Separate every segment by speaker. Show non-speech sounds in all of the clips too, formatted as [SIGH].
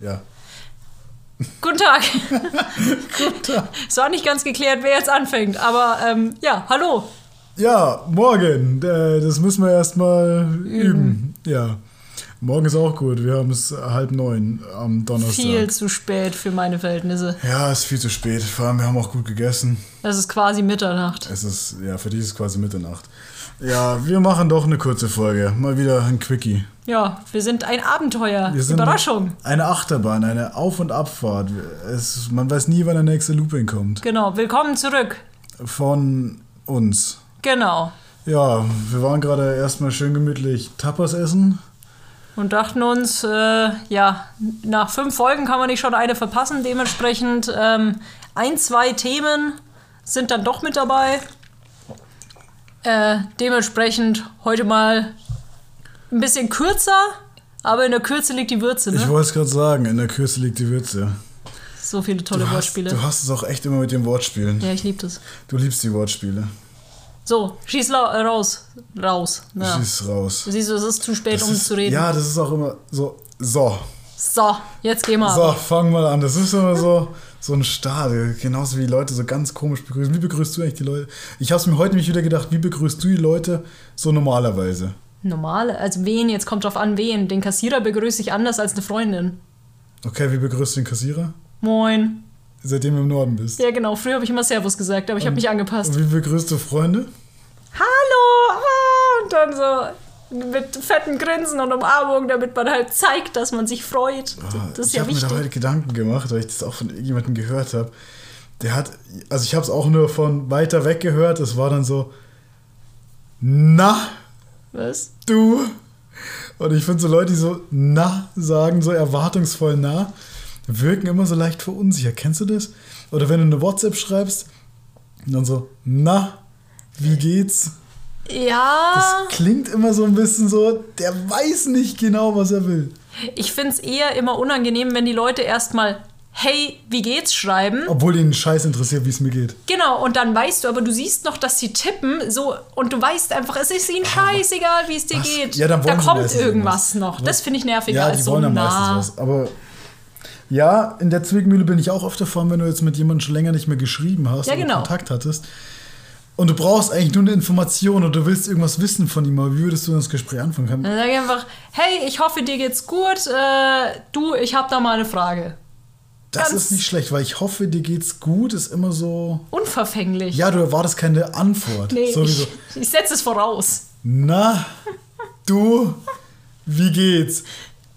Speaker 1: Ja.
Speaker 2: Guten Tag.
Speaker 1: [LAUGHS] Guten
Speaker 2: [LAUGHS]
Speaker 1: Tag.
Speaker 2: Es war nicht ganz geklärt, wer jetzt anfängt, aber ähm, ja, hallo.
Speaker 1: Ja, morgen. Äh, Das müssen wir erstmal üben. Ja. Morgen ist auch gut. Wir haben es halb neun am Donnerstag.
Speaker 2: Viel zu spät für meine Verhältnisse.
Speaker 1: Ja, ist viel zu spät. Vor allem, wir haben auch gut gegessen.
Speaker 2: Das ist quasi Mitternacht.
Speaker 1: Es ist, ja, für die ist es quasi Mitternacht. Ja, wir machen doch eine kurze Folge. Mal wieder ein Quickie.
Speaker 2: Ja, wir sind ein Abenteuer.
Speaker 1: Äh. Wir sind
Speaker 2: Überraschung.
Speaker 1: Eine Achterbahn, eine Auf- und Abfahrt. Es, man weiß nie, wann der nächste Looping kommt.
Speaker 2: Genau, willkommen zurück.
Speaker 1: Von uns.
Speaker 2: Genau.
Speaker 1: Ja, wir waren gerade erstmal schön gemütlich Tapas essen.
Speaker 2: Und dachten uns, äh, ja, nach fünf Folgen kann man nicht schon eine verpassen. Dementsprechend ähm, ein, zwei Themen sind dann doch mit dabei. Äh, dementsprechend heute mal ein bisschen kürzer, aber in der Kürze liegt die Würze.
Speaker 1: Ich
Speaker 2: Ne?
Speaker 1: wollte es gerade sagen, in der Kürze liegt die Würze.
Speaker 2: So viele tolle
Speaker 1: Du hast,
Speaker 2: Wortspiele.
Speaker 1: du hast es auch echt immer mit den Wortspielen.
Speaker 2: Ja, ich liebe das.
Speaker 1: Du liebst die Wortspiele.
Speaker 2: So, schieß lau- äh, raus. Raus. Ja.
Speaker 1: Schieß raus.
Speaker 2: Siehst du, es ist zu spät,
Speaker 1: Das
Speaker 2: um
Speaker 1: ist,
Speaker 2: zu reden.
Speaker 1: Ja, das ist auch immer so. So,
Speaker 2: So, jetzt gehen wir.
Speaker 1: so,
Speaker 2: aber.
Speaker 1: fang mal an. Das ist immer so, so ein Stadel. Genauso wie die Leute so ganz komisch begrüßen. Wie begrüßt du eigentlich die Leute? Ich habe es mir heute mich wieder gedacht, wie begrüßt du die Leute so normalerweise?
Speaker 2: Normale, also wen, jetzt kommt drauf an, wen. Den Kassierer begrüße ich anders als eine Freundin.
Speaker 1: Okay, wie begrüßt du den Kassierer?
Speaker 2: Moin.
Speaker 1: Seitdem du im Norden bist.
Speaker 2: Ja, genau. Früher habe ich immer Servus gesagt, aber ich habe mich angepasst.
Speaker 1: Und wie begrüßt du Freunde?
Speaker 2: Hallo! Ah, und dann so mit fetten Grinsen und Umarmungen, damit man halt zeigt, dass man sich freut. Das ist
Speaker 1: Ah, ich
Speaker 2: ja
Speaker 1: habe mir da halt heute
Speaker 2: wichtig.
Speaker 1: Gedanken gemacht, weil ich das auch von irgendjemandem gehört habe. Der hat, also ich habe es auch nur von weiter weg gehört. Es war dann so, na
Speaker 2: Was?
Speaker 1: du. Und ich finde so Leute, die so na sagen, so erwartungsvoll na, wirken immer so leicht verunsichert. Kennst du das? Oder wenn du eine WhatsApp schreibst, und dann so na, wie geht's? Das
Speaker 2: Ja,
Speaker 1: klingt immer so ein bisschen so, der weiß nicht genau, was er will.
Speaker 2: ich finde es eher immer unangenehm, wenn die Leute erstmal Hey, wie geht's schreiben.
Speaker 1: Obwohl ihn Scheiß interessiert, wie es mir geht.
Speaker 2: Genau, und dann weißt du, aber du siehst noch, dass sie tippen, so, und du weißt einfach, es ist ihnen scheißegal, wie es dir
Speaker 1: Ah, Was?
Speaker 2: geht.
Speaker 1: Ja, dann
Speaker 2: da
Speaker 1: wollen sie
Speaker 2: kommt
Speaker 1: meistens
Speaker 2: irgendwas
Speaker 1: irgendwas.
Speaker 2: noch. Das finde ich Also nerviger
Speaker 1: Ja, die
Speaker 2: als so
Speaker 1: wollen ja
Speaker 2: nah.
Speaker 1: meistens was. Aber ja, in der Zwickmühle bin ich auch oft davon, wenn du jetzt mit jemandem schon länger nicht mehr geschrieben hast
Speaker 2: Ja,
Speaker 1: oder
Speaker 2: genau.
Speaker 1: Kontakt hattest. Und du brauchst eigentlich nur eine Information oder du willst irgendwas wissen von ihm, aber wie würdest du das Gespräch anfangen können?
Speaker 2: Dann sage ich einfach, hey, ich hoffe, dir geht's gut. Äh, du, ich habe da mal eine Frage.
Speaker 1: Das
Speaker 2: ganz-
Speaker 1: ist nicht schlecht, weil ich hoffe, dir geht's gut, ist immer so.
Speaker 2: Unverfänglich.
Speaker 1: Ja, du erwartest keine Antwort.
Speaker 2: nee,
Speaker 1: Sowieso.
Speaker 2: ich, ich setze es voraus.
Speaker 1: Na, du, wie geht's?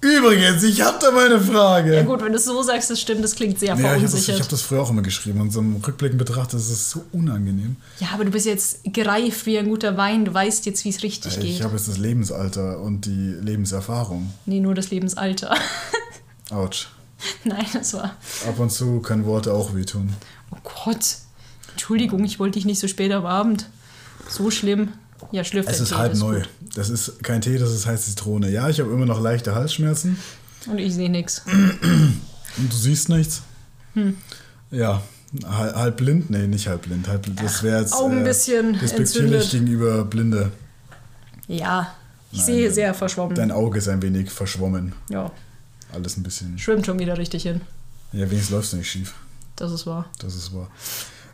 Speaker 1: Übrigens, ich hab da mal eine Frage.
Speaker 2: Ja, gut, wenn du es so sagst, das stimmt, das klingt sehr
Speaker 1: Ja, ich habe das, ich
Speaker 2: verunsichert.
Speaker 1: hab das früher auch immer geschrieben und so im Rückblick betrachtet, das ist so unangenehm.
Speaker 2: ja, aber du bist jetzt gereift wie ein guter Wein, du weißt jetzt, wie es richtig
Speaker 1: Äh, Ich
Speaker 2: geht.
Speaker 1: habe jetzt das Lebensalter und die Lebenserfahrung.
Speaker 2: Nee, nur das Lebensalter. [LAUGHS]
Speaker 1: Autsch.
Speaker 2: Nein, das war.
Speaker 1: Ab und zu können Worte auch wehtun.
Speaker 2: Oh Gott. Entschuldigung, ich wollte dich nicht so spät am Abend. So schlimm. Ja, schlürft
Speaker 1: Es
Speaker 2: dein
Speaker 1: ist
Speaker 2: Tee,
Speaker 1: halb
Speaker 2: alles
Speaker 1: neu. Das ist kein Tee, das ist heiße Zitrone. Ja, ich habe immer noch leichte Halsschmerzen
Speaker 2: gut. Und ich sehe nichts.
Speaker 1: und du siehst nichts.
Speaker 2: Hm.
Speaker 1: Ja, hal- halb blind? Nee, nicht halb blind. Halb, das wäre jetzt
Speaker 2: Augen ein bisschen entzündet.
Speaker 1: respektierlich gegenüber Blinde.
Speaker 2: Ja, ich
Speaker 1: Nein,
Speaker 2: sehe
Speaker 1: nein.
Speaker 2: sehr verschwommen.
Speaker 1: Dein Auge ist ein wenig verschwommen.
Speaker 2: ja,
Speaker 1: Alles ein bisschen.
Speaker 2: schwimmt schon wieder richtig hin.
Speaker 1: Ja, wenigstens läufst du nicht schief.
Speaker 2: Das ist wahr.
Speaker 1: Das ist wahr.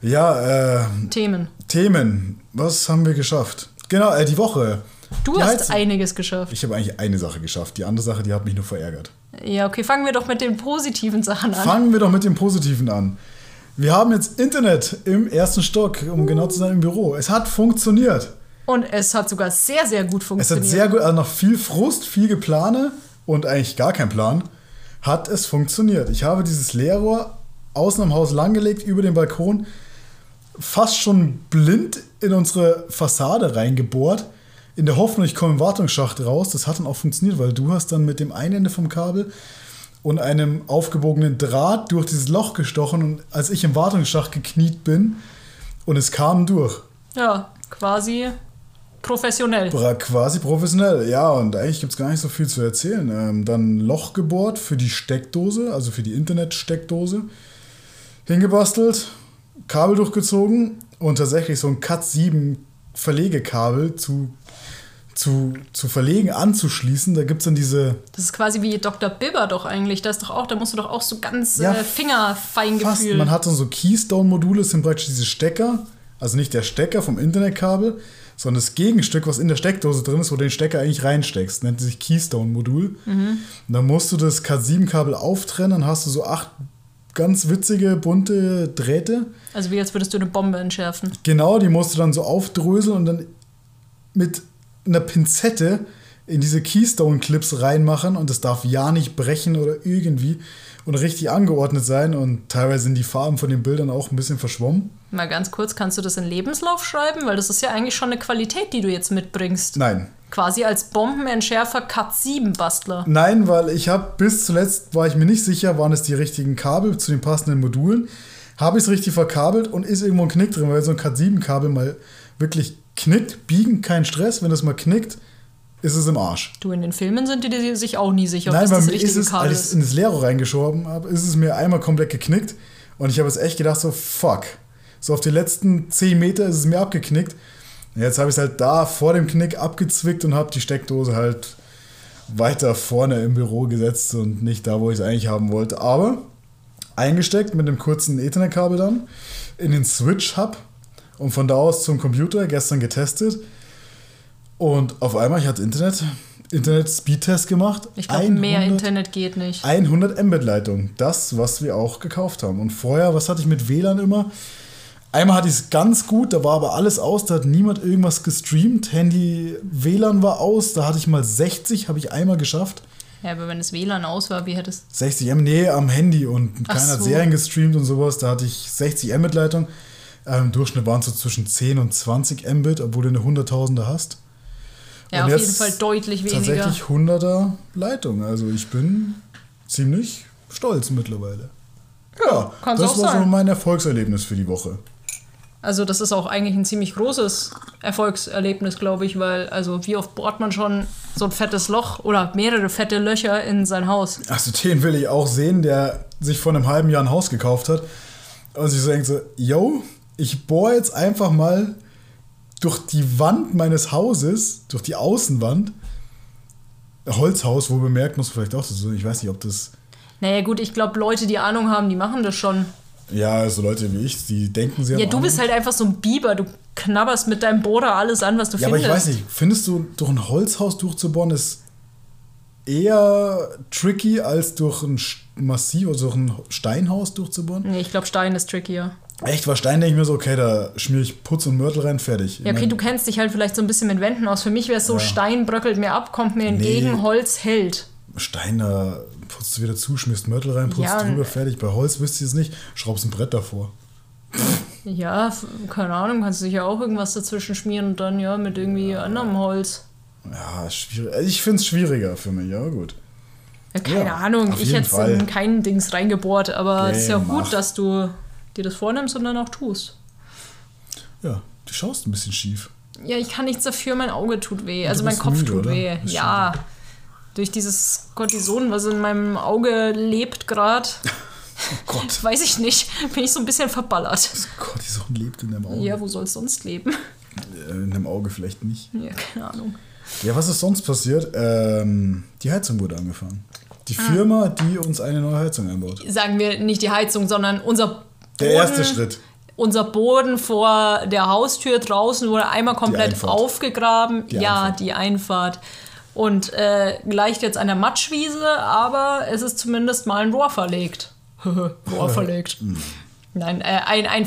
Speaker 1: Ja, äh,
Speaker 2: Themen.
Speaker 1: Themen. Was haben wir geschafft? Genau, äh, die Woche.
Speaker 2: Du
Speaker 1: Die
Speaker 2: hast
Speaker 1: Heizung.
Speaker 2: einiges geschafft.
Speaker 1: Ich habe eigentlich eine Sache geschafft. Die andere Sache, die hat mich nur verärgert.
Speaker 2: Ja, okay, fangen wir doch mit den positiven Sachen an.
Speaker 1: Fangen wir doch mit dem Positiven an. Wir haben jetzt Internet im ersten Stock, um genau zu sein, im Büro. Es hat funktioniert.
Speaker 2: Und es hat sogar sehr, sehr gut
Speaker 1: Es hat
Speaker 2: funktioniert.
Speaker 1: sehr gut, also nach viel Frust, viel Geplane und eigentlich gar kein Plan, hat es funktioniert. Ich habe dieses Leerrohr außen am Haus langgelegt, über den Balkon, fast schon blind in unsere Fassade reingebohrt, in der Hoffnung, ich komme im Wartungsschacht raus. Das hat dann auch funktioniert, weil du hast dann mit dem einen Ende vom Kabel und einem aufgebogenen Draht durch dieses Loch gestochen und als ich im Wartungsschacht gekniet bin und es kam durch.
Speaker 2: ja, quasi professionell.
Speaker 1: Bra- Quasi professionell, ja, und eigentlich gibt es gar nicht so viel zu erzählen. Ähm, dann Loch gebohrt für die Steckdose, also für die Internet-Steckdose, hingebastelt, Kabel durchgezogen und tatsächlich so ein Cat 7 Verlegekabel zu zu, zu verlegen, anzuschließen. Da gibt es dann diese
Speaker 2: Das ist quasi wie Dr. Bibber doch eigentlich. Da ist doch auch, da musst du doch auch so ganz
Speaker 1: Ja,
Speaker 2: äh,
Speaker 1: fast,
Speaker 2: Fingerfeingefühl.
Speaker 1: man hat dann so Keystone-Module, das sind praktisch diese Stecker, also nicht der Stecker vom Internetkabel, sondern das Gegenstück, was in der Steckdose drin ist, wo du den Stecker eigentlich reinsteckst, nennt sich Keystone-Modul. Und dann musst du das K7-Kabel auftrennen, dann hast du so acht ganz witzige, bunte Drähte.
Speaker 2: also wie als würdest du eine Bombe entschärfen.
Speaker 1: Genau, die musst du dann so aufdröseln und dann mit einer Pinzette in diese Keystone-Clips reinmachen und das darf ja nicht brechen oder irgendwie und richtig angeordnet sein und teilweise sind die Farben von den Bildern auch ein bisschen verschwommen.
Speaker 2: Mal ganz kurz, kannst du das in Lebenslauf schreiben? Weil das ist ja eigentlich schon eine Qualität, die du jetzt mitbringst.
Speaker 1: Nein.
Speaker 2: Quasi als Bombenentschärfer Cut-7-Bastler.
Speaker 1: Nein, weil ich habe bis zuletzt war ich mir nicht sicher, waren es die richtigen Kabel zu den passenden Modulen. Habe ich es richtig verkabelt und ist irgendwo ein Knick drin, weil so ein Cat7-Kabel mal wirklich knickt, biegen, kein Stress. Wenn das mal knickt, ist es im Arsch.
Speaker 2: Du, in den Filmen sind die, die sich auch nie sicher, ob
Speaker 1: Nein,
Speaker 2: das
Speaker 1: bei
Speaker 2: das
Speaker 1: mir ist
Speaker 2: richtige
Speaker 1: es,
Speaker 2: Kabel
Speaker 1: als ich es
Speaker 2: ist.
Speaker 1: in das Leere reingeschoben habe, ist es mir einmal komplett geknickt. Und ich habe jetzt echt gedacht, so fuck. So auf die letzten 10 Meter ist es mir abgeknickt. Und Jetzt habe ich es halt da vor dem Knick abgezwickt und habe die Steckdose halt weiter vorne im Büro gesetzt und nicht da, wo ich es eigentlich haben wollte. Aber eingesteckt mit einem kurzen Ethernet-Kabel dann in den Switch-Hub und von da aus zum Computer, gestern getestet. Und auf einmal, ich hatte Internet, Internet-Speedtest gemacht.
Speaker 2: Ich glaube, mehr
Speaker 1: 100
Speaker 2: Internet geht nicht.
Speaker 1: 100 Mbit-Leitung. Das, was wir auch gekauft haben. Und vorher, was hatte ich mit WLAN immer? Einmal hatte ich es ganz gut, da war aber alles aus, da hat niemand irgendwas gestreamt. Handy, WLAN war aus, da hatte ich mal 60, habe ich einmal geschafft.
Speaker 2: Ja, aber wenn das WLAN aus war, wie hättest
Speaker 1: 60 M, nee, am Handy und
Speaker 2: Ach
Speaker 1: keiner hat
Speaker 2: so.
Speaker 1: Serien gestreamt und sowas. Da hatte ich 60 Mbit-Leitung. Ähm, Im Durchschnitt waren es so zwischen 10 und 20 Mbit, obwohl du eine 100.000er hast. Und
Speaker 2: Ja, auf
Speaker 1: jetzt
Speaker 2: jeden Fall deutlich weniger.
Speaker 1: Tatsächlich 100er Leitung. Also ich bin ziemlich stolz mittlerweile. Ja,
Speaker 2: kann's
Speaker 1: das
Speaker 2: auch
Speaker 1: war so
Speaker 2: sein.
Speaker 1: mein Erfolgserlebnis für die Woche.
Speaker 2: Also das ist auch eigentlich ein ziemlich großes Erfolgserlebnis, glaube ich, weil also wie oft bohrt man schon so ein fettes Loch oder mehrere fette Löcher in sein Haus.
Speaker 1: Also den will ich auch sehen, der sich vor einem halben Jahr ein Haus gekauft hat und sich so denkt so, yo, ich bohre jetzt einfach mal durch die Wand meines Hauses, durch die Außenwand, Holzhaus, wo bemerkt, muss man vielleicht auch so, ich weiß nicht, ob das,
Speaker 2: Naja gut, ich glaube, Leute, die Ahnung haben, die machen das schon.
Speaker 1: ja, so Leute wie ich, die denken sehr
Speaker 2: Ja, du bist halt einfach so ein Biber, du knabberst mit deinem Bohrer alles an, was du
Speaker 1: Ja, aber
Speaker 2: findest.
Speaker 1: ich weiß nicht, findest du, durch ein Holzhaus durchzubohren ist eher tricky, als durch ein Sch- Massiv, also durch ein Steinhaus durchzubohren?
Speaker 2: Nee, ich glaube, Stein ist trickier.
Speaker 1: Echt, bei Stein denke ich mir so, okay, da schmiere ich Putz und Mörtel rein, fertig.
Speaker 2: Ja, okay,
Speaker 1: Ich
Speaker 2: du kennst dich halt vielleicht so ein bisschen mit Wänden aus. Für mich wäre es so,
Speaker 1: Ja.
Speaker 2: Stein bröckelt mir ab, kommt mir entgegen, Holz hält.
Speaker 1: mein, Stein, da putzt du wieder zu, schmierst Mörtel rein, putzt
Speaker 2: Ja, und-
Speaker 1: drüber, fertig. Bei Holz wüsste ich es nicht, schraubst ein Brett davor.
Speaker 2: Ja, f- keine Ahnung, kannst du sicher auch irgendwas dazwischen schmieren und dann ja mit irgendwie anderem Holz.
Speaker 1: Ja, schwierig. Also, Ich finde es schwieriger für mich, ja gut.
Speaker 2: Ja, keine
Speaker 1: Ja,
Speaker 2: Ahnung,
Speaker 1: auf
Speaker 2: ich
Speaker 1: jeden
Speaker 2: hätte
Speaker 1: Fall.
Speaker 2: in keinen Dings reingebohrt, aber es ist ja
Speaker 1: Gemacht.
Speaker 2: gut, dass du dir das vornimmst und dann auch tust.
Speaker 1: Ja, du schaust ein bisschen schief.
Speaker 2: Ja, ich kann nichts dafür, mein Auge tut weh, also mein
Speaker 1: bist
Speaker 2: Kopf
Speaker 1: müde,
Speaker 2: tut
Speaker 1: oder?
Speaker 2: weh.
Speaker 1: Ist
Speaker 2: ja, durch dieses Cortison, was in meinem Auge lebt gerade,
Speaker 1: [LAUGHS] Oh Gott, Oh
Speaker 2: weiß ich nicht, bin ich so ein bisschen verballert.
Speaker 1: das Cortison lebt in deinem Auge.
Speaker 2: Ja, wo soll es sonst leben? [LAUGHS]
Speaker 1: Äh, In deinem Auge vielleicht nicht.
Speaker 2: Ja, keine Ahnung.
Speaker 1: Ja, was ist sonst passiert? Ähm, die Heizung wurde angefangen. Die
Speaker 2: Ah.
Speaker 1: Firma, die uns eine neue Heizung einbaut.
Speaker 2: Sagen wir nicht die Heizung, sondern unser Boden,
Speaker 1: Der erste Schritt.
Speaker 2: Unser Boden vor der Haustür draußen wurde einmal komplett
Speaker 1: Einfahrt.
Speaker 2: aufgegraben.
Speaker 1: Die
Speaker 2: ja,
Speaker 1: Einfahrt.
Speaker 2: die Einfahrt. Und äh, gleicht jetzt einer Matschwiese, aber es ist zumindest mal ein Rohr verlegt. [LAUGHS] Rohr
Speaker 1: [LAUGHS]
Speaker 2: verlegt.
Speaker 1: Mhm.
Speaker 2: Nein, äh, ein, ein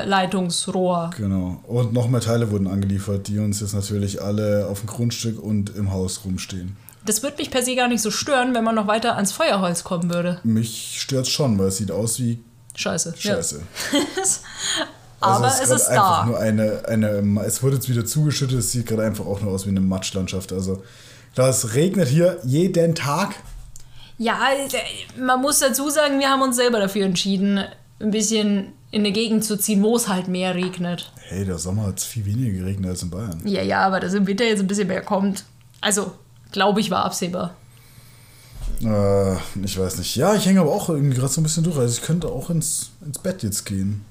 Speaker 2: Fernwärmeleitungsrohr.
Speaker 1: Genau. Und noch mehr Teile wurden angeliefert, die uns jetzt natürlich alle auf dem Grundstück und im Haus rumstehen.
Speaker 2: Das würde mich per se gar nicht so stören, wenn man noch weiter ans Feuerholz kommen würde.
Speaker 1: Mich stört's schon, weil es sieht aus wie
Speaker 2: Scheiße. ja.
Speaker 1: Scheiße. Also
Speaker 2: aber
Speaker 1: es
Speaker 2: es
Speaker 1: grad
Speaker 2: ist
Speaker 1: einfach
Speaker 2: da.
Speaker 1: Nur eine, eine, es wurde jetzt wieder zugeschüttet, es sieht gerade einfach auch nur aus wie eine Matschlandschaft. Also, das regnet hier jeden Tag.
Speaker 2: Ja, äh, man muss dazu sagen, wir haben uns selber dafür entschieden, ein bisschen in eine Gegend zu ziehen, wo es halt mehr regnet.
Speaker 1: Hey, der Sommer hat viel weniger geregnet als in Bayern.
Speaker 2: Ja, ja, aber dass im Winter jetzt ein bisschen mehr kommt. Also, glaube ich, war absehbar.
Speaker 1: Äh, ich weiß nicht. Ja, ich hänge aber auch irgendwie gerade so ein bisschen durch. Also ich könnte auch ins, ins Bett jetzt gehen.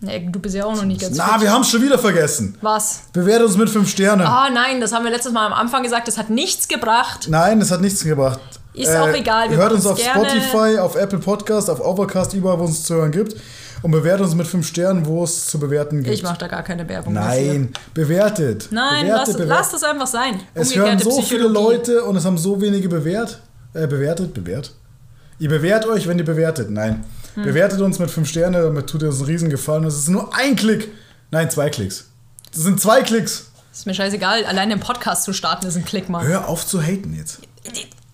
Speaker 2: Nee, du bist ja auch noch nicht ganz
Speaker 1: Na,
Speaker 2: fit.
Speaker 1: wir haben es schon wieder vergessen.
Speaker 2: Was?
Speaker 1: Bewerte uns mit 5 Sternen.
Speaker 2: Ah nein, das haben wir letztes Mal am Anfang gesagt, das hat nichts gebracht.
Speaker 1: Nein, es hat nichts gebracht. Äh,
Speaker 2: Ist auch egal, wir
Speaker 1: hört uns auf
Speaker 2: machen's gerne.
Speaker 1: Spotify, auf Apple Podcast, auf Overcast, überall, wo es zu hören gibt. Und bewertet uns mit 5 Sternen, wo es zu bewerten gibt.
Speaker 2: Ich mache da gar keine Werbung dafür.
Speaker 1: Nein, bewertet.
Speaker 2: Nein,
Speaker 1: bewertet,
Speaker 2: lass, lass das einfach sein.
Speaker 1: Es
Speaker 2: Umgekehrte
Speaker 1: hören so viele
Speaker 2: Psychologie.
Speaker 1: Leute und es haben so wenige bewährt. Äh, bewertet, bewährt. Ihr bewährt euch, wenn ihr bewertet. Nein.
Speaker 2: Hm.
Speaker 1: Bewertet uns mit 5 Sterne, damit tut ihr uns einen riesen Gefallen. Es ist nur ein Klick. Nein, zwei Klicks. Das sind zwei Klicks.
Speaker 2: Ist mir scheißegal, allein den Podcast zu starten ist ein Klick, Mann.
Speaker 1: Hör auf zu haten jetzt.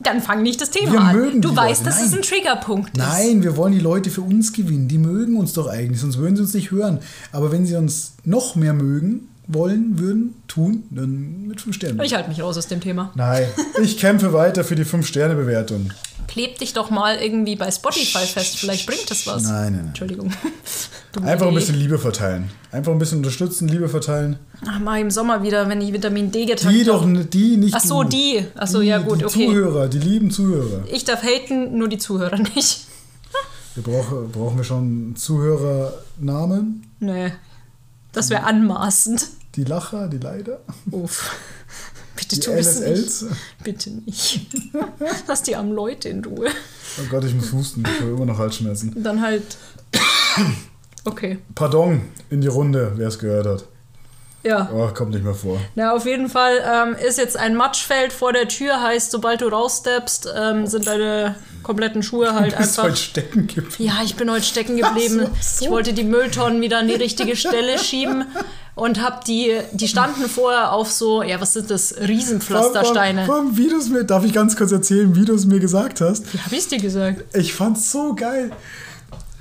Speaker 2: Dann fang nicht das Thema
Speaker 1: Wir mögen die
Speaker 2: an. Du weißt,
Speaker 1: Leute,
Speaker 2: dass
Speaker 1: nein.
Speaker 2: es ein Triggerpunkt ist.
Speaker 1: Nein, wir wollen die Leute für uns gewinnen. Die mögen uns doch eigentlich, sonst würden sie uns nicht hören. Aber wenn sie uns noch mehr mögen wollen, würden, tun, dann mit 5 Sternen.
Speaker 2: Ich halte mich raus aus dem Thema.
Speaker 1: Nein, ich kämpfe weiter für die 5-Sterne-Bewertung.
Speaker 2: Kleb dich doch mal irgendwie bei Spotify fest. Vielleicht bringt das was.
Speaker 1: Nein, nein, nein.
Speaker 2: [LAUGHS] Entschuldigung. Dumme
Speaker 1: Einfach ein
Speaker 2: Idee.
Speaker 1: bisschen Liebe verteilen. Einfach ein bisschen unterstützen, Liebe verteilen.
Speaker 2: Ach, mach ich im Sommer wieder, wenn ich Vitamin D getankt
Speaker 1: Die doch, n- die nicht.
Speaker 2: Ach so,
Speaker 1: du.
Speaker 2: die. Ach so, ja, gut,
Speaker 1: die
Speaker 2: okay.
Speaker 1: Zuhörer, die lieben Zuhörer.
Speaker 2: Ich darf haten, nur die Zuhörer [LAUGHS] nicht.
Speaker 1: Wir brauchen, brauchen wir schon einen Zuhörernamen?
Speaker 2: Nee. Das wäre anmaßend.
Speaker 1: Die Lacher, die Leider,
Speaker 2: Uff. [LAUGHS] Bitte
Speaker 1: die
Speaker 2: tu das nicht.
Speaker 1: LSLs.
Speaker 2: Bitte nicht. Lass die armen Leute in Ruhe.
Speaker 1: Oh Gott, ich muss husten, ich habe immer noch Halsschmerzen.
Speaker 2: Und dann halt. [COUGHS] Okay.
Speaker 1: Pardon in die Runde, wer es gehört hat.
Speaker 2: Ja.
Speaker 1: Oh, kommt nicht mehr vor.
Speaker 2: Na, auf jeden Fall ähm, ist jetzt ein Matschfeld vor der Tür, heißt, sobald du raussteppst, ähm, sind deine kompletten Schuhe
Speaker 1: [LAUGHS]
Speaker 2: halt
Speaker 1: Bis
Speaker 2: einfach.
Speaker 1: heute stecken gibt.
Speaker 2: Ja, ich bin heute stecken geblieben.
Speaker 1: Ach so, so.
Speaker 2: Ich wollte die Mülltonnen wieder an die [LAUGHS] richtige Stelle schieben und hab die, die standen vorher auf so, ja, was sind das? Riesenpflastersteine.
Speaker 1: Vor allem, wie du es mir, darf ich ganz kurz erzählen, wie du es mir gesagt hast?
Speaker 2: Wie hab ich's dir gesagt?
Speaker 1: Ich fand's so geil.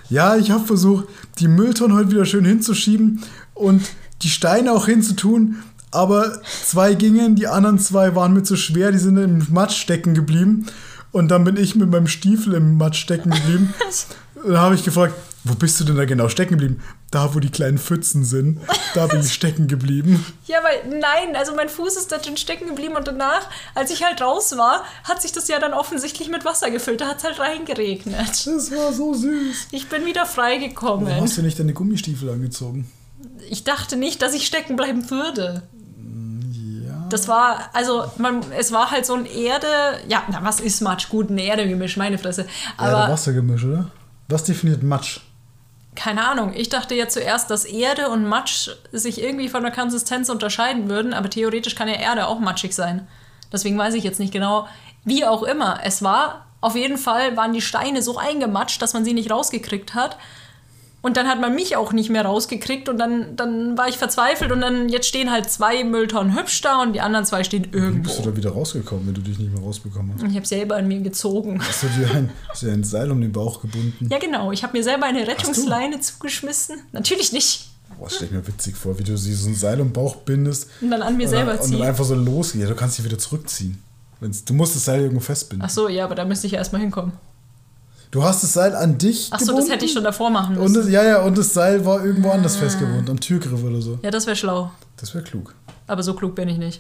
Speaker 1: Ja, ich habe versucht, die Mülltonnen heute wieder schön hinzuschieben und die Steine auch hinzutun, aber zwei gingen, die anderen zwei waren mir zu schwer, die sind im Matsch stecken geblieben. Und dann bin ich mit meinem Stiefel im Matsch stecken geblieben. Dann habe ich gefragt, wo bist du denn da genau stecken geblieben? Da, wo die kleinen Pfützen sind, da bin ich stecken geblieben.
Speaker 2: Ja, weil, nein, also mein Fuß ist da drin stecken geblieben und danach, als ich halt raus war, hat sich das ja dann offensichtlich mit Wasser gefüllt. Da hat's halt reingeregnet.
Speaker 1: Das war so süß.
Speaker 2: Ich bin wieder freigekommen.
Speaker 1: Warum hast du nicht deine Gummistiefel angezogen?
Speaker 2: ich dachte nicht, dass ich stecken bleiben würde.
Speaker 1: Ja.
Speaker 2: Das war, also, man, es war halt so ein Erde, ja, na, was ist Matsch? Gut, ein Erdegemisch, meine Fresse.
Speaker 1: ja,
Speaker 2: Aber,
Speaker 1: Wassergemisch, oder? Was definiert Matsch?
Speaker 2: keine Ahnung, ich dachte ja zuerst, dass Erde und Matsch sich irgendwie von der Konsistenz unterscheiden würden, aber theoretisch kann ja Erde auch matschig sein. Deswegen weiß ich jetzt nicht genau, wie auch immer. Es war, auf jeden Fall waren die Steine so eingematscht, dass man sie nicht rausgekriegt hat. Und dann hat man mich auch nicht mehr rausgekriegt und dann, dann war ich verzweifelt und dann jetzt stehen halt zwei Mülltonnen hübsch da und die anderen zwei stehen
Speaker 1: Bist
Speaker 2: irgendwo.
Speaker 1: du da wieder rausgekommen, wenn du dich nicht mehr rausbekommen hast?
Speaker 2: Ich habe selber an mir gezogen.
Speaker 1: Hast du dir ein, hast du dir ein Seil um den Bauch gebunden?
Speaker 2: Ja, genau. Ich habe mir selber eine Rettungsleine zugeschmissen. Natürlich nicht.
Speaker 1: Boah, stell ich mir witzig vor, wie du sie so ein Seil um den Bauch bindest.
Speaker 2: Und dann an mir
Speaker 1: und
Speaker 2: selber
Speaker 1: dann, Und dann
Speaker 2: ziehen.
Speaker 1: einfach so losgehen. Ja, du kannst sie wieder zurückziehen. Wenn's, du musst das Seil irgendwo festbinden.
Speaker 2: Ach so, ja, aber da müsste ich ja erstmal hinkommen.
Speaker 1: Du hast das Seil an dich
Speaker 2: Ach so, das hätte ich schon davor machen
Speaker 1: Und
Speaker 2: müssen.
Speaker 1: das, ja, ja, und das Seil war irgendwo
Speaker 2: Ah.
Speaker 1: anders festgebunden, am Türgriff oder so.
Speaker 2: Ja, das wäre schlau.
Speaker 1: Das wäre klug.
Speaker 2: Aber so klug bin ich nicht.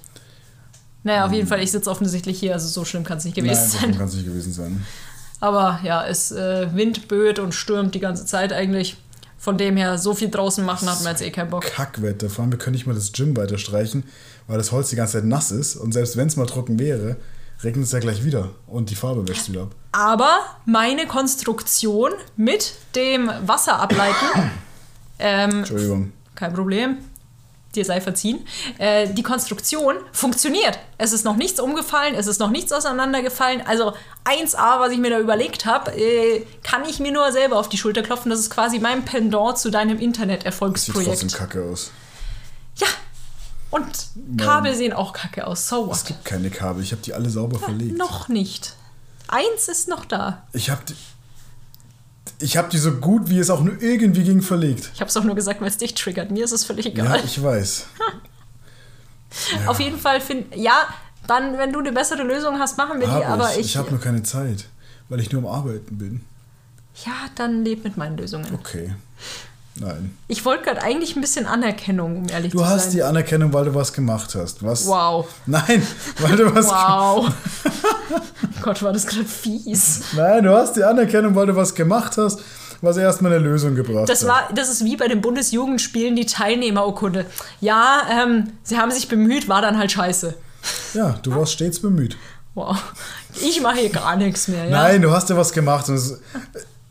Speaker 2: Naja, auf jeden Fall, ich sitze offensichtlich hier, also so schlimm kann es nicht gewesen
Speaker 1: Hm. Nein,
Speaker 2: sein.
Speaker 1: kann es nicht gewesen sein.
Speaker 2: Aber ja, es äh, Wind böet und stürmt die ganze Zeit eigentlich. Von dem her, so viel draußen machen hat man jetzt eh keinen Bock.
Speaker 1: Kackwetter. Vor allem, wir können nicht mal das Gym weiter streichen, weil das Holz die ganze Zeit nass ist. Und selbst wenn es mal trocken wäre, regnet es ja gleich wieder. Und die Farbe wäscht wieder ab.
Speaker 2: Aber meine Konstruktion mit dem Wasser
Speaker 1: [COUGHS]
Speaker 2: ableiten ähm,
Speaker 1: Entschuldigung.
Speaker 2: Kein Problem. Dir sei verziehen. Äh, die Konstruktion funktioniert. Es ist noch nichts umgefallen, es ist noch nichts auseinandergefallen. Also 1a, was ich mir da überlegt habe, äh, kann ich mir nur selber auf die Schulter klopfen. Das ist quasi mein Pendant zu deinem
Speaker 1: Sieht trotzdem
Speaker 2: Internet-Erfolgsprojekt.
Speaker 1: kacke aus.
Speaker 2: Ja. Und Kabel sehen auch kacke aus. So
Speaker 1: Es
Speaker 2: what?
Speaker 1: gibt keine Kabel. Ich habe die alle sauber verlegt.
Speaker 2: Noch nicht. Eins ist noch da.
Speaker 1: Ich habe die, ich hab die so gut, wie es auch nur irgendwie ging, verlegt.
Speaker 2: Ich habe es doch nur gesagt, weil es dich triggert. Mir ist es völlig
Speaker 1: Ja,
Speaker 2: egal.
Speaker 1: ich
Speaker 2: [LAUGHS]
Speaker 1: weiß.
Speaker 2: Auf jeden Fall finde ja, dann wenn du eine bessere Lösung hast, machen wir die.
Speaker 1: Hab
Speaker 2: Aber
Speaker 1: ich ich
Speaker 2: ich,
Speaker 1: habe nur keine Zeit, weil ich nur am Arbeiten bin.
Speaker 2: Ja, dann leb mit meinen Lösungen.
Speaker 1: Okay. Nein.
Speaker 2: Ich wollte gerade eigentlich ein bisschen Anerkennung, um ehrlich
Speaker 1: Du
Speaker 2: zu
Speaker 1: hast
Speaker 2: sein.
Speaker 1: die Anerkennung, weil du was gemacht hast. Was?
Speaker 2: wow.
Speaker 1: Nein, [LAUGHS] weil du was gemacht
Speaker 2: Wow. [LAUGHS] Gott, war das gerade fies.
Speaker 1: Nein, du hast die Anerkennung, weil du was gemacht hast was erstmal eine Lösung gebracht
Speaker 2: Das,
Speaker 1: hat.
Speaker 2: war, das ist wie bei den Bundesjugendspielen die Teilnehmerurkunde. Ja, ähm, sie haben sich bemüht, war dann halt scheiße.
Speaker 1: Ja, du warst stets bemüht.
Speaker 2: Wow. Ich mache hier gar nichts mehr. Ja?
Speaker 1: Nein, du hast ja was gemacht. Und es,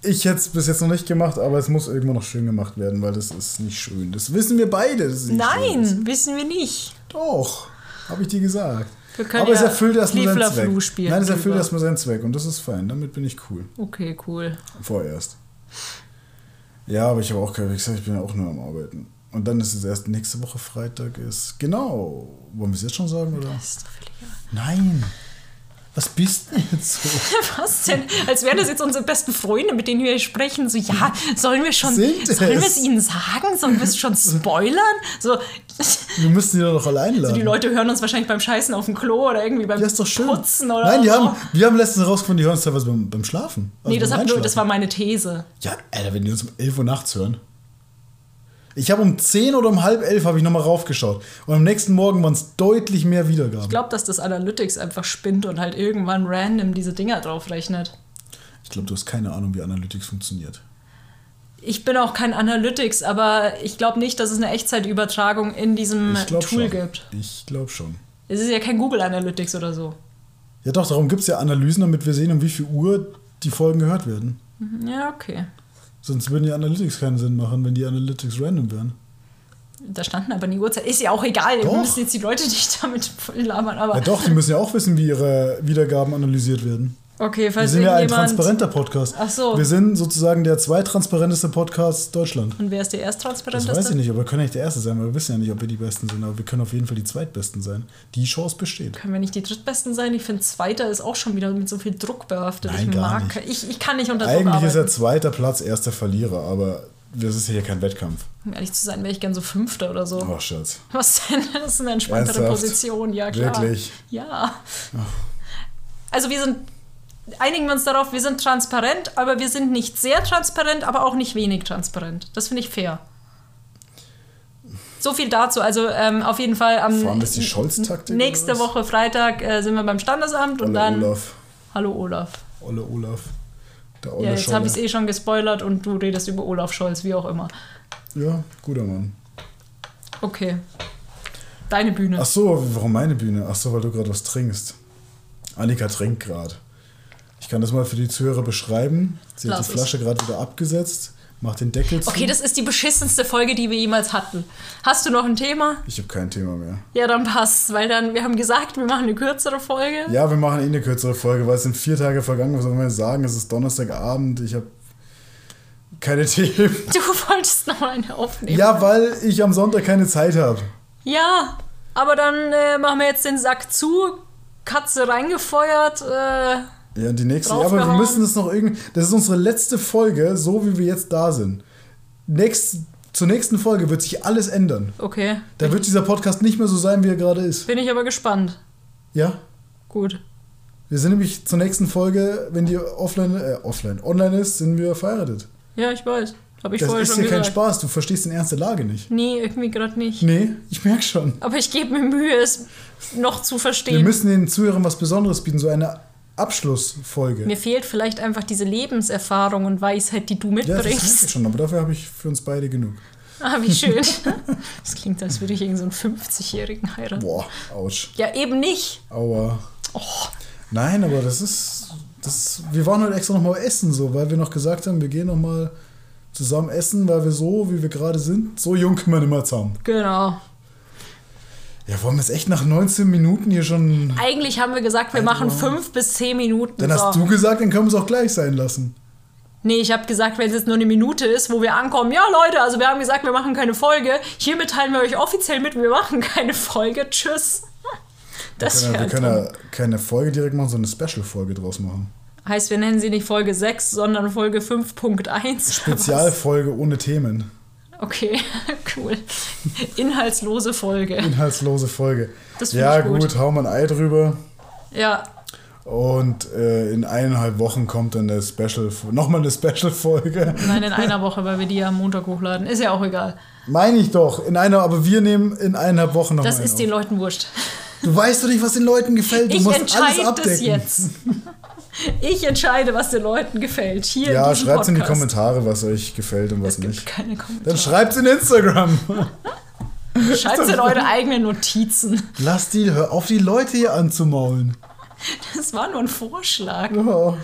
Speaker 1: ich hätte es bis jetzt noch nicht gemacht, aber es muss irgendwann noch schön gemacht werden, weil das ist nicht schön. Das wissen wir beide. dass es nicht Schön. ist.
Speaker 2: Nein, wissen wir nicht.
Speaker 1: Doch, habe ich dir gesagt.
Speaker 2: Wir können
Speaker 1: aber es
Speaker 2: ja
Speaker 1: erfüllt erstmal seinen
Speaker 2: Liefler Flu
Speaker 1: Zweck.
Speaker 2: spielen
Speaker 1: Nein, es erfüllt
Speaker 2: drüber.
Speaker 1: erstmal seinen Zweck und das ist fein. Damit bin ich cool.
Speaker 2: Okay, cool.
Speaker 1: Vorerst. Ja, aber ich habe auch keine, wie gesagt, ich bin ja auch nur am Arbeiten. Und dann ist es erst nächste Woche Freitag ist. Genau. Wollen wir es jetzt schon sagen, oder?
Speaker 2: Das ist doch völlig egal.
Speaker 1: Nein. Was bist denn jetzt so?
Speaker 2: Was denn? Als wären das jetzt unsere besten Freunde, mit denen wir hier sprechen. So, ja, sollen wir schon,
Speaker 1: Sind es?
Speaker 2: sollen wir es ihnen sagen? Sollen wir es schon spoilern? So, [LAUGHS]
Speaker 1: Wir müssen die doch noch allein laden.
Speaker 2: die Leute hören uns wahrscheinlich beim Scheißen auf dem Klo oder irgendwie beim
Speaker 1: Ja, ist doch schön.
Speaker 2: Putzen oder
Speaker 1: Nein, die
Speaker 2: so.
Speaker 1: haben, wir haben letztens rausgefunden, die hören uns teilweise beim, beim Schlafen. Also
Speaker 2: Nee, das,
Speaker 1: beim
Speaker 2: hab nur,
Speaker 1: Einschlafen.
Speaker 2: das war meine These.
Speaker 1: Ja, Alter, wenn die uns um 11 Uhr nachts hören. Ich habe um 10 oder um halb 11 habe ich nochmal raufgeschaut. Und am nächsten Morgen waren es deutlich mehr Wiedergaben.
Speaker 2: Ich glaube, dass das Analytics einfach spinnt und halt irgendwann random diese Dinger draufrechnet.
Speaker 1: Ich glaube, du hast keine Ahnung, wie Analytics funktioniert.
Speaker 2: Ich bin auch kein Analytics, aber ich glaube nicht, dass es eine Echtzeitübertragung in diesem
Speaker 1: Ich glaube schon.
Speaker 2: Tool gibt.
Speaker 1: Ich glaube schon.
Speaker 2: Es ist ja kein Google Analytics oder so.
Speaker 1: Ja doch, darum gibt es ja Analysen, damit wir sehen, um wie viel Uhr die Folgen gehört werden.
Speaker 2: Mhm, Ja, okay.
Speaker 1: Sonst würden die Analytics keinen Sinn machen, wenn die Analytics random wären.
Speaker 2: Da standen aber nie Uhrzeit. Ist ja auch egal.
Speaker 1: Doch.
Speaker 2: Wir müssen jetzt die Leute nicht [LAUGHS] damit voll labern. Aber
Speaker 1: Ja doch, die müssen ja auch wissen, wie ihre Wiedergaben analysiert werden.
Speaker 2: okay,
Speaker 1: Wir
Speaker 2: falls
Speaker 1: sind ja ein
Speaker 2: Also irgendjemand.
Speaker 1: transparenter Podcast.
Speaker 2: Ach so.
Speaker 1: Wir sind sozusagen der zweittransparenteste Podcast Deutschland.
Speaker 2: und wer ist der
Speaker 1: Das
Speaker 2: ersttransparenteste?
Speaker 1: weiß ich nicht, aber wir können nicht der Erste sein, weil wir wissen ja nicht, ob wir die Besten sind, aber wir können auf jeden Fall die Zweitbesten sein. Die Chance besteht.
Speaker 2: Können wir nicht die Drittbesten sein? Ich finde, Zweiter ist auch schon wieder mit so viel Druck behaftet.
Speaker 1: Nein,
Speaker 2: ich
Speaker 1: gar
Speaker 2: mag. Ich, ich kann nicht unter Druck
Speaker 1: Eigentlich
Speaker 2: arbeiten.
Speaker 1: ist er zweiter Platz, erster Verlierer, aber das ist ja hier kein Wettkampf.
Speaker 2: um ehrlich zu sein, wäre ich gern so Fünfter oder so.
Speaker 1: Oh, Scherz.
Speaker 2: Was denn? Das ist eine entspanntere
Speaker 1: Ernsthaft?
Speaker 2: Position, ja klar.
Speaker 1: Wirklich?
Speaker 2: Ja. Also wir sind, einigen wir uns darauf, wir sind transparent, aber wir sind nicht sehr transparent, aber auch nicht wenig transparent. Das finde ich fair. So viel dazu. Also ähm, auf jeden Fall am
Speaker 1: Vor allem ist die Scholz-Taktik.
Speaker 2: nächste
Speaker 1: oder was?
Speaker 2: Woche Freitag äh, sind wir beim Standesamt und
Speaker 1: Olle
Speaker 2: dann.
Speaker 1: Olaf.
Speaker 2: Hallo Olaf.
Speaker 1: Olle Olaf. Der Olle
Speaker 2: Ja, jetzt
Speaker 1: Scholle.
Speaker 2: habe ich es eh schon gespoilert und du redest über Olaf Scholz, wie auch immer. eh-
Speaker 1: Ja, guter Mann.
Speaker 2: Okay. Deine Bühne.
Speaker 1: Ach so, warum meine Bühne? Ach so, weil du gerade was trinkst. Annika trinkt gerade. Ich kann das mal für die Zuhörer beschreiben. Sie hat
Speaker 2: Lass
Speaker 1: die
Speaker 2: es.
Speaker 1: Flasche gerade wieder abgesetzt, macht den Deckel zu.
Speaker 2: Okay, das ist die beschissenste Folge, die wir jemals hatten. Hast du noch ein Thema?
Speaker 1: ich habe kein Thema mehr.
Speaker 2: Ja, dann passt, weil dann wir haben gesagt, wir machen eine kürzere Folge.
Speaker 1: Ja, wir machen eh eine kürzere Folge, weil es sind vier Tage vergangen. Was soll man sagen? Es ist Donnerstagabend. Ich habe keine [LAUGHS] Themen.
Speaker 2: Du [LAUGHS] wolltest noch eine aufnehmen.
Speaker 1: Ja, weil ich am Sonntag keine Zeit habe.
Speaker 2: Ja, aber dann äh, machen wir jetzt den Sack zu. Katze reingefeuert. Äh,
Speaker 1: Ja, und die nächste. Ja, aber wir
Speaker 2: Draufgehauen.
Speaker 1: müssen es noch irgendwie. Das ist unsere letzte Folge, so wie wir jetzt da sind. Nächst, zur nächsten Folge wird sich alles ändern.
Speaker 2: okay,
Speaker 1: Da wird dieser Podcast nicht mehr so sein, wie er gerade ist.
Speaker 2: bin ich aber gespannt.
Speaker 1: Ja?
Speaker 2: Gut.
Speaker 1: Wir sind nämlich zur nächsten Folge, wenn die offline, äh, offline, online ist, sind wir verheiratet.
Speaker 2: Ja, ich weiß. Habe ich
Speaker 1: Das
Speaker 2: vorher
Speaker 1: ist
Speaker 2: schon
Speaker 1: hier kein
Speaker 2: gesagt.
Speaker 1: Spaß, Hm. du verstehst den Ernst der Lage nicht.
Speaker 2: nee, irgendwie gerade nicht.
Speaker 1: Nee, ich merke schon.
Speaker 2: Aber ich gebe mir Mühe, es noch zu
Speaker 1: Wir
Speaker 2: verstehen.
Speaker 1: müssen den Zuhörern was Besonderes bieten, so eine Abschlussfolge.
Speaker 2: Mir fehlt vielleicht einfach diese Lebenserfahrung und Weisheit, die du
Speaker 1: ja, das merke ich
Speaker 2: mitbringst.
Speaker 1: schon, aber dafür habe ich für uns beide genug.
Speaker 2: ah, wie schön. [LAUGHS] Das klingt, als würde ich irgendeinen so einen 50-Jährigen heiraten.
Speaker 1: Boah, ouch.
Speaker 2: Ja, eben nicht.
Speaker 1: Aua.
Speaker 2: Oh,
Speaker 1: Nein, aber das ist. Das, wir waren heute extra nochmal essen, so, weil wir noch gesagt haben, wir gehen nochmal zusammen essen, weil wir so, wie wir gerade sind, so jung können wir nicht mehr zusammen.
Speaker 2: genau.
Speaker 1: Ja, wollen wir es echt nach 19 Minuten hier schon.
Speaker 2: Eigentlich haben wir gesagt, wir
Speaker 1: Also,
Speaker 2: machen
Speaker 1: wow.
Speaker 2: fünf bis zehn Minuten.
Speaker 1: Dann hast
Speaker 2: so.
Speaker 1: du gesagt, dann können wir es auch gleich sein lassen.
Speaker 2: nee, ich habe gesagt, wenn es jetzt nur eine Minute ist, wo wir ankommen. Ja, Leute, also wir haben gesagt, wir machen keine Folge. Hiermit teilen wir euch offiziell mit, wir machen keine Folge. Tschüss. Das
Speaker 1: wir
Speaker 2: wäre
Speaker 1: können
Speaker 2: dumm.
Speaker 1: ja keine Folge direkt machen, sondern eine Special-Folge draus machen.
Speaker 2: Heißt, wir nennen sie nicht Folge 6, sondern Folge 5.1.
Speaker 1: Spezialfolge ohne Themen.
Speaker 2: [LAUGHS] Okay, [LAUGHS] cool.
Speaker 1: [LAUGHS]
Speaker 2: Inhaltslose Folge.
Speaker 1: Inhaltslose Folge.
Speaker 2: Das find
Speaker 1: ja,
Speaker 2: ich
Speaker 1: gut.
Speaker 2: gut.
Speaker 1: hau mal ein Ei drüber.
Speaker 2: Ja,
Speaker 1: Und äh, in eineinhalb Wochen kommt dann eine Special, nochmal eine Special-Folge.
Speaker 2: nein, in einer Woche, weil wir die ja am Montag hochladen. Ist ja auch egal.
Speaker 1: Meine ich doch. In einer, aber wir nehmen in eineinhalb Wochen noch
Speaker 2: Das
Speaker 1: eine
Speaker 2: ist
Speaker 1: auf.
Speaker 2: den Leuten wurscht.
Speaker 1: Du weißt doch nicht, was den Leuten gefällt. Du
Speaker 2: Ich
Speaker 1: musst alles [LAUGHS]
Speaker 2: entscheide
Speaker 1: abdecken.
Speaker 2: das jetzt. Ich entscheide, was den Leuten gefällt. Hier in
Speaker 1: Ja,
Speaker 2: diesem
Speaker 1: schreibt in die
Speaker 2: Podcast.
Speaker 1: Kommentare, was euch gefällt und was
Speaker 2: Es gibt
Speaker 1: nicht.
Speaker 2: keine
Speaker 1: Dann
Speaker 2: Kommentare.
Speaker 1: schreibt's in Instagram.
Speaker 2: Schreibt in eure eigenen Notizen. [LAUGHS]
Speaker 1: Lass die, hör auf, die Leute hier anzumaulen.
Speaker 2: Das war nur ein Vorschlag.
Speaker 1: Ja.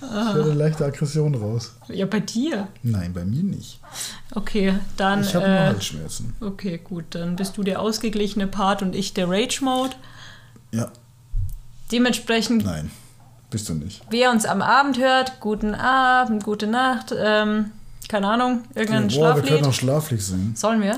Speaker 1: Ich höre leichte Aggression raus.
Speaker 2: Ja, bei dir.
Speaker 1: Nein, bei mir nicht.
Speaker 2: Okay, dann.
Speaker 1: Ich habe nur
Speaker 2: äh,
Speaker 1: Halsschmerzen.
Speaker 2: okay, gut. Dann bist du der ausgeglichene Part und ich der Rage-Mode.
Speaker 1: Ja,
Speaker 2: Dementsprechend,
Speaker 1: nein. Bist du nicht.
Speaker 2: wer uns am Abend hört, guten Abend, gute Nacht. Ähm, keine Ahnung, irgendein
Speaker 1: Boah, wir
Speaker 2: Schlaflied.
Speaker 1: können auch schlaflich singen.
Speaker 2: Sollen wir?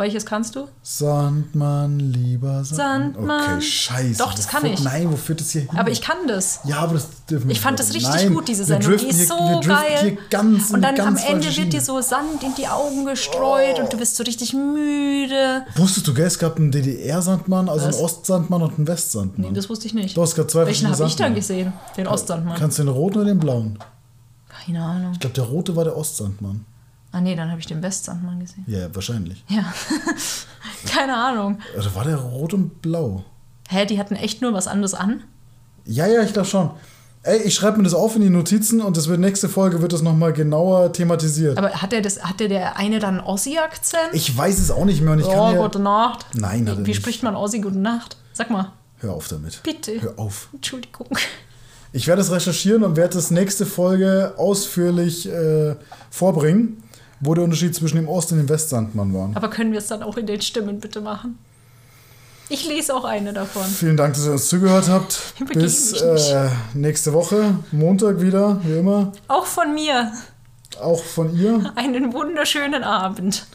Speaker 2: Welches kannst du?
Speaker 1: Sandmann, lieber Sandmann.
Speaker 2: Sandmann.
Speaker 1: Okay, scheiße.
Speaker 2: Doch, das kann
Speaker 1: Wofür-
Speaker 2: ich.
Speaker 1: Nein, wo führt das hier hin?
Speaker 2: Aber ich kann das.
Speaker 1: ja, aber das dürfen wir
Speaker 2: Ich fand das
Speaker 1: nicht.
Speaker 2: richtig
Speaker 1: Nein,
Speaker 2: gut, diese
Speaker 1: wir
Speaker 2: Sendung. Die
Speaker 1: driften
Speaker 2: ist
Speaker 1: hier,
Speaker 2: so
Speaker 1: wir driften Hier
Speaker 2: geil.
Speaker 1: ganz in
Speaker 2: und dann
Speaker 1: ganz
Speaker 2: am Ende
Speaker 1: falsche
Speaker 2: wird dir
Speaker 1: Schiene.
Speaker 2: so Sand in die Augen gestreut und du bist so richtig müde.
Speaker 1: Wusstest du, gell, es gab einen DDR-Sandmann, also
Speaker 2: Was?
Speaker 1: einen Ostsandmann und einen Westsandmann.
Speaker 2: Nee, das wusste ich nicht.
Speaker 1: Doch, es gab zwei
Speaker 2: Welchen habe
Speaker 1: verschiedene Äh,
Speaker 2: ich dann
Speaker 1: Sandmann.
Speaker 2: gesehen? Den Ostsandmann.
Speaker 1: Kannst du den roten oder den blauen?
Speaker 2: Keine Ahnung.
Speaker 1: Ich glaube, der rote war der Ostsandmann.
Speaker 2: Ah nee, dann habe ich den Westsandmann gesehen.
Speaker 1: Ja, ja, wahrscheinlich.
Speaker 2: Ja. [LAUGHS] Keine Ahnung.
Speaker 1: Oder war der rot und blau?
Speaker 2: Hä, die hatten echt nur was anderes an?
Speaker 1: Ja, ja, ich glaube schon. Ey, ich schreibe mir das auf in die Notizen und das wird nächste Folge wird das nochmal genauer thematisiert.
Speaker 2: Aber hat der, das, hat der, der eine dann einen Ossi-Akzent?
Speaker 1: ich weiß es auch nicht mehr und ich
Speaker 2: Oh,
Speaker 1: kann ja...
Speaker 2: gute Nacht.
Speaker 1: Nein, hat er
Speaker 2: Wie, wie
Speaker 1: nicht.
Speaker 2: spricht man Ossi gute Nacht? Sag mal.
Speaker 1: Hör auf damit.
Speaker 2: Bitte.
Speaker 1: Hör auf.
Speaker 2: Entschuldigung.
Speaker 1: Ich werde es recherchieren und werde das nächste Folge ausführlich äh, vorbringen, wo der Unterschied zwischen dem Ost- und dem Westsandmann war.
Speaker 2: Aber können wir es dann auch in den Stimmen bitte machen? Ich lese auch eine davon.
Speaker 1: Vielen Dank, dass ihr uns zugehört habt.
Speaker 2: Ich begebe
Speaker 1: Bis
Speaker 2: mich nicht.
Speaker 1: äh, nächste Woche, Montag wieder, wie immer.
Speaker 2: Auch von mir
Speaker 1: Auch von ihr.
Speaker 2: einen wunderschönen Abend.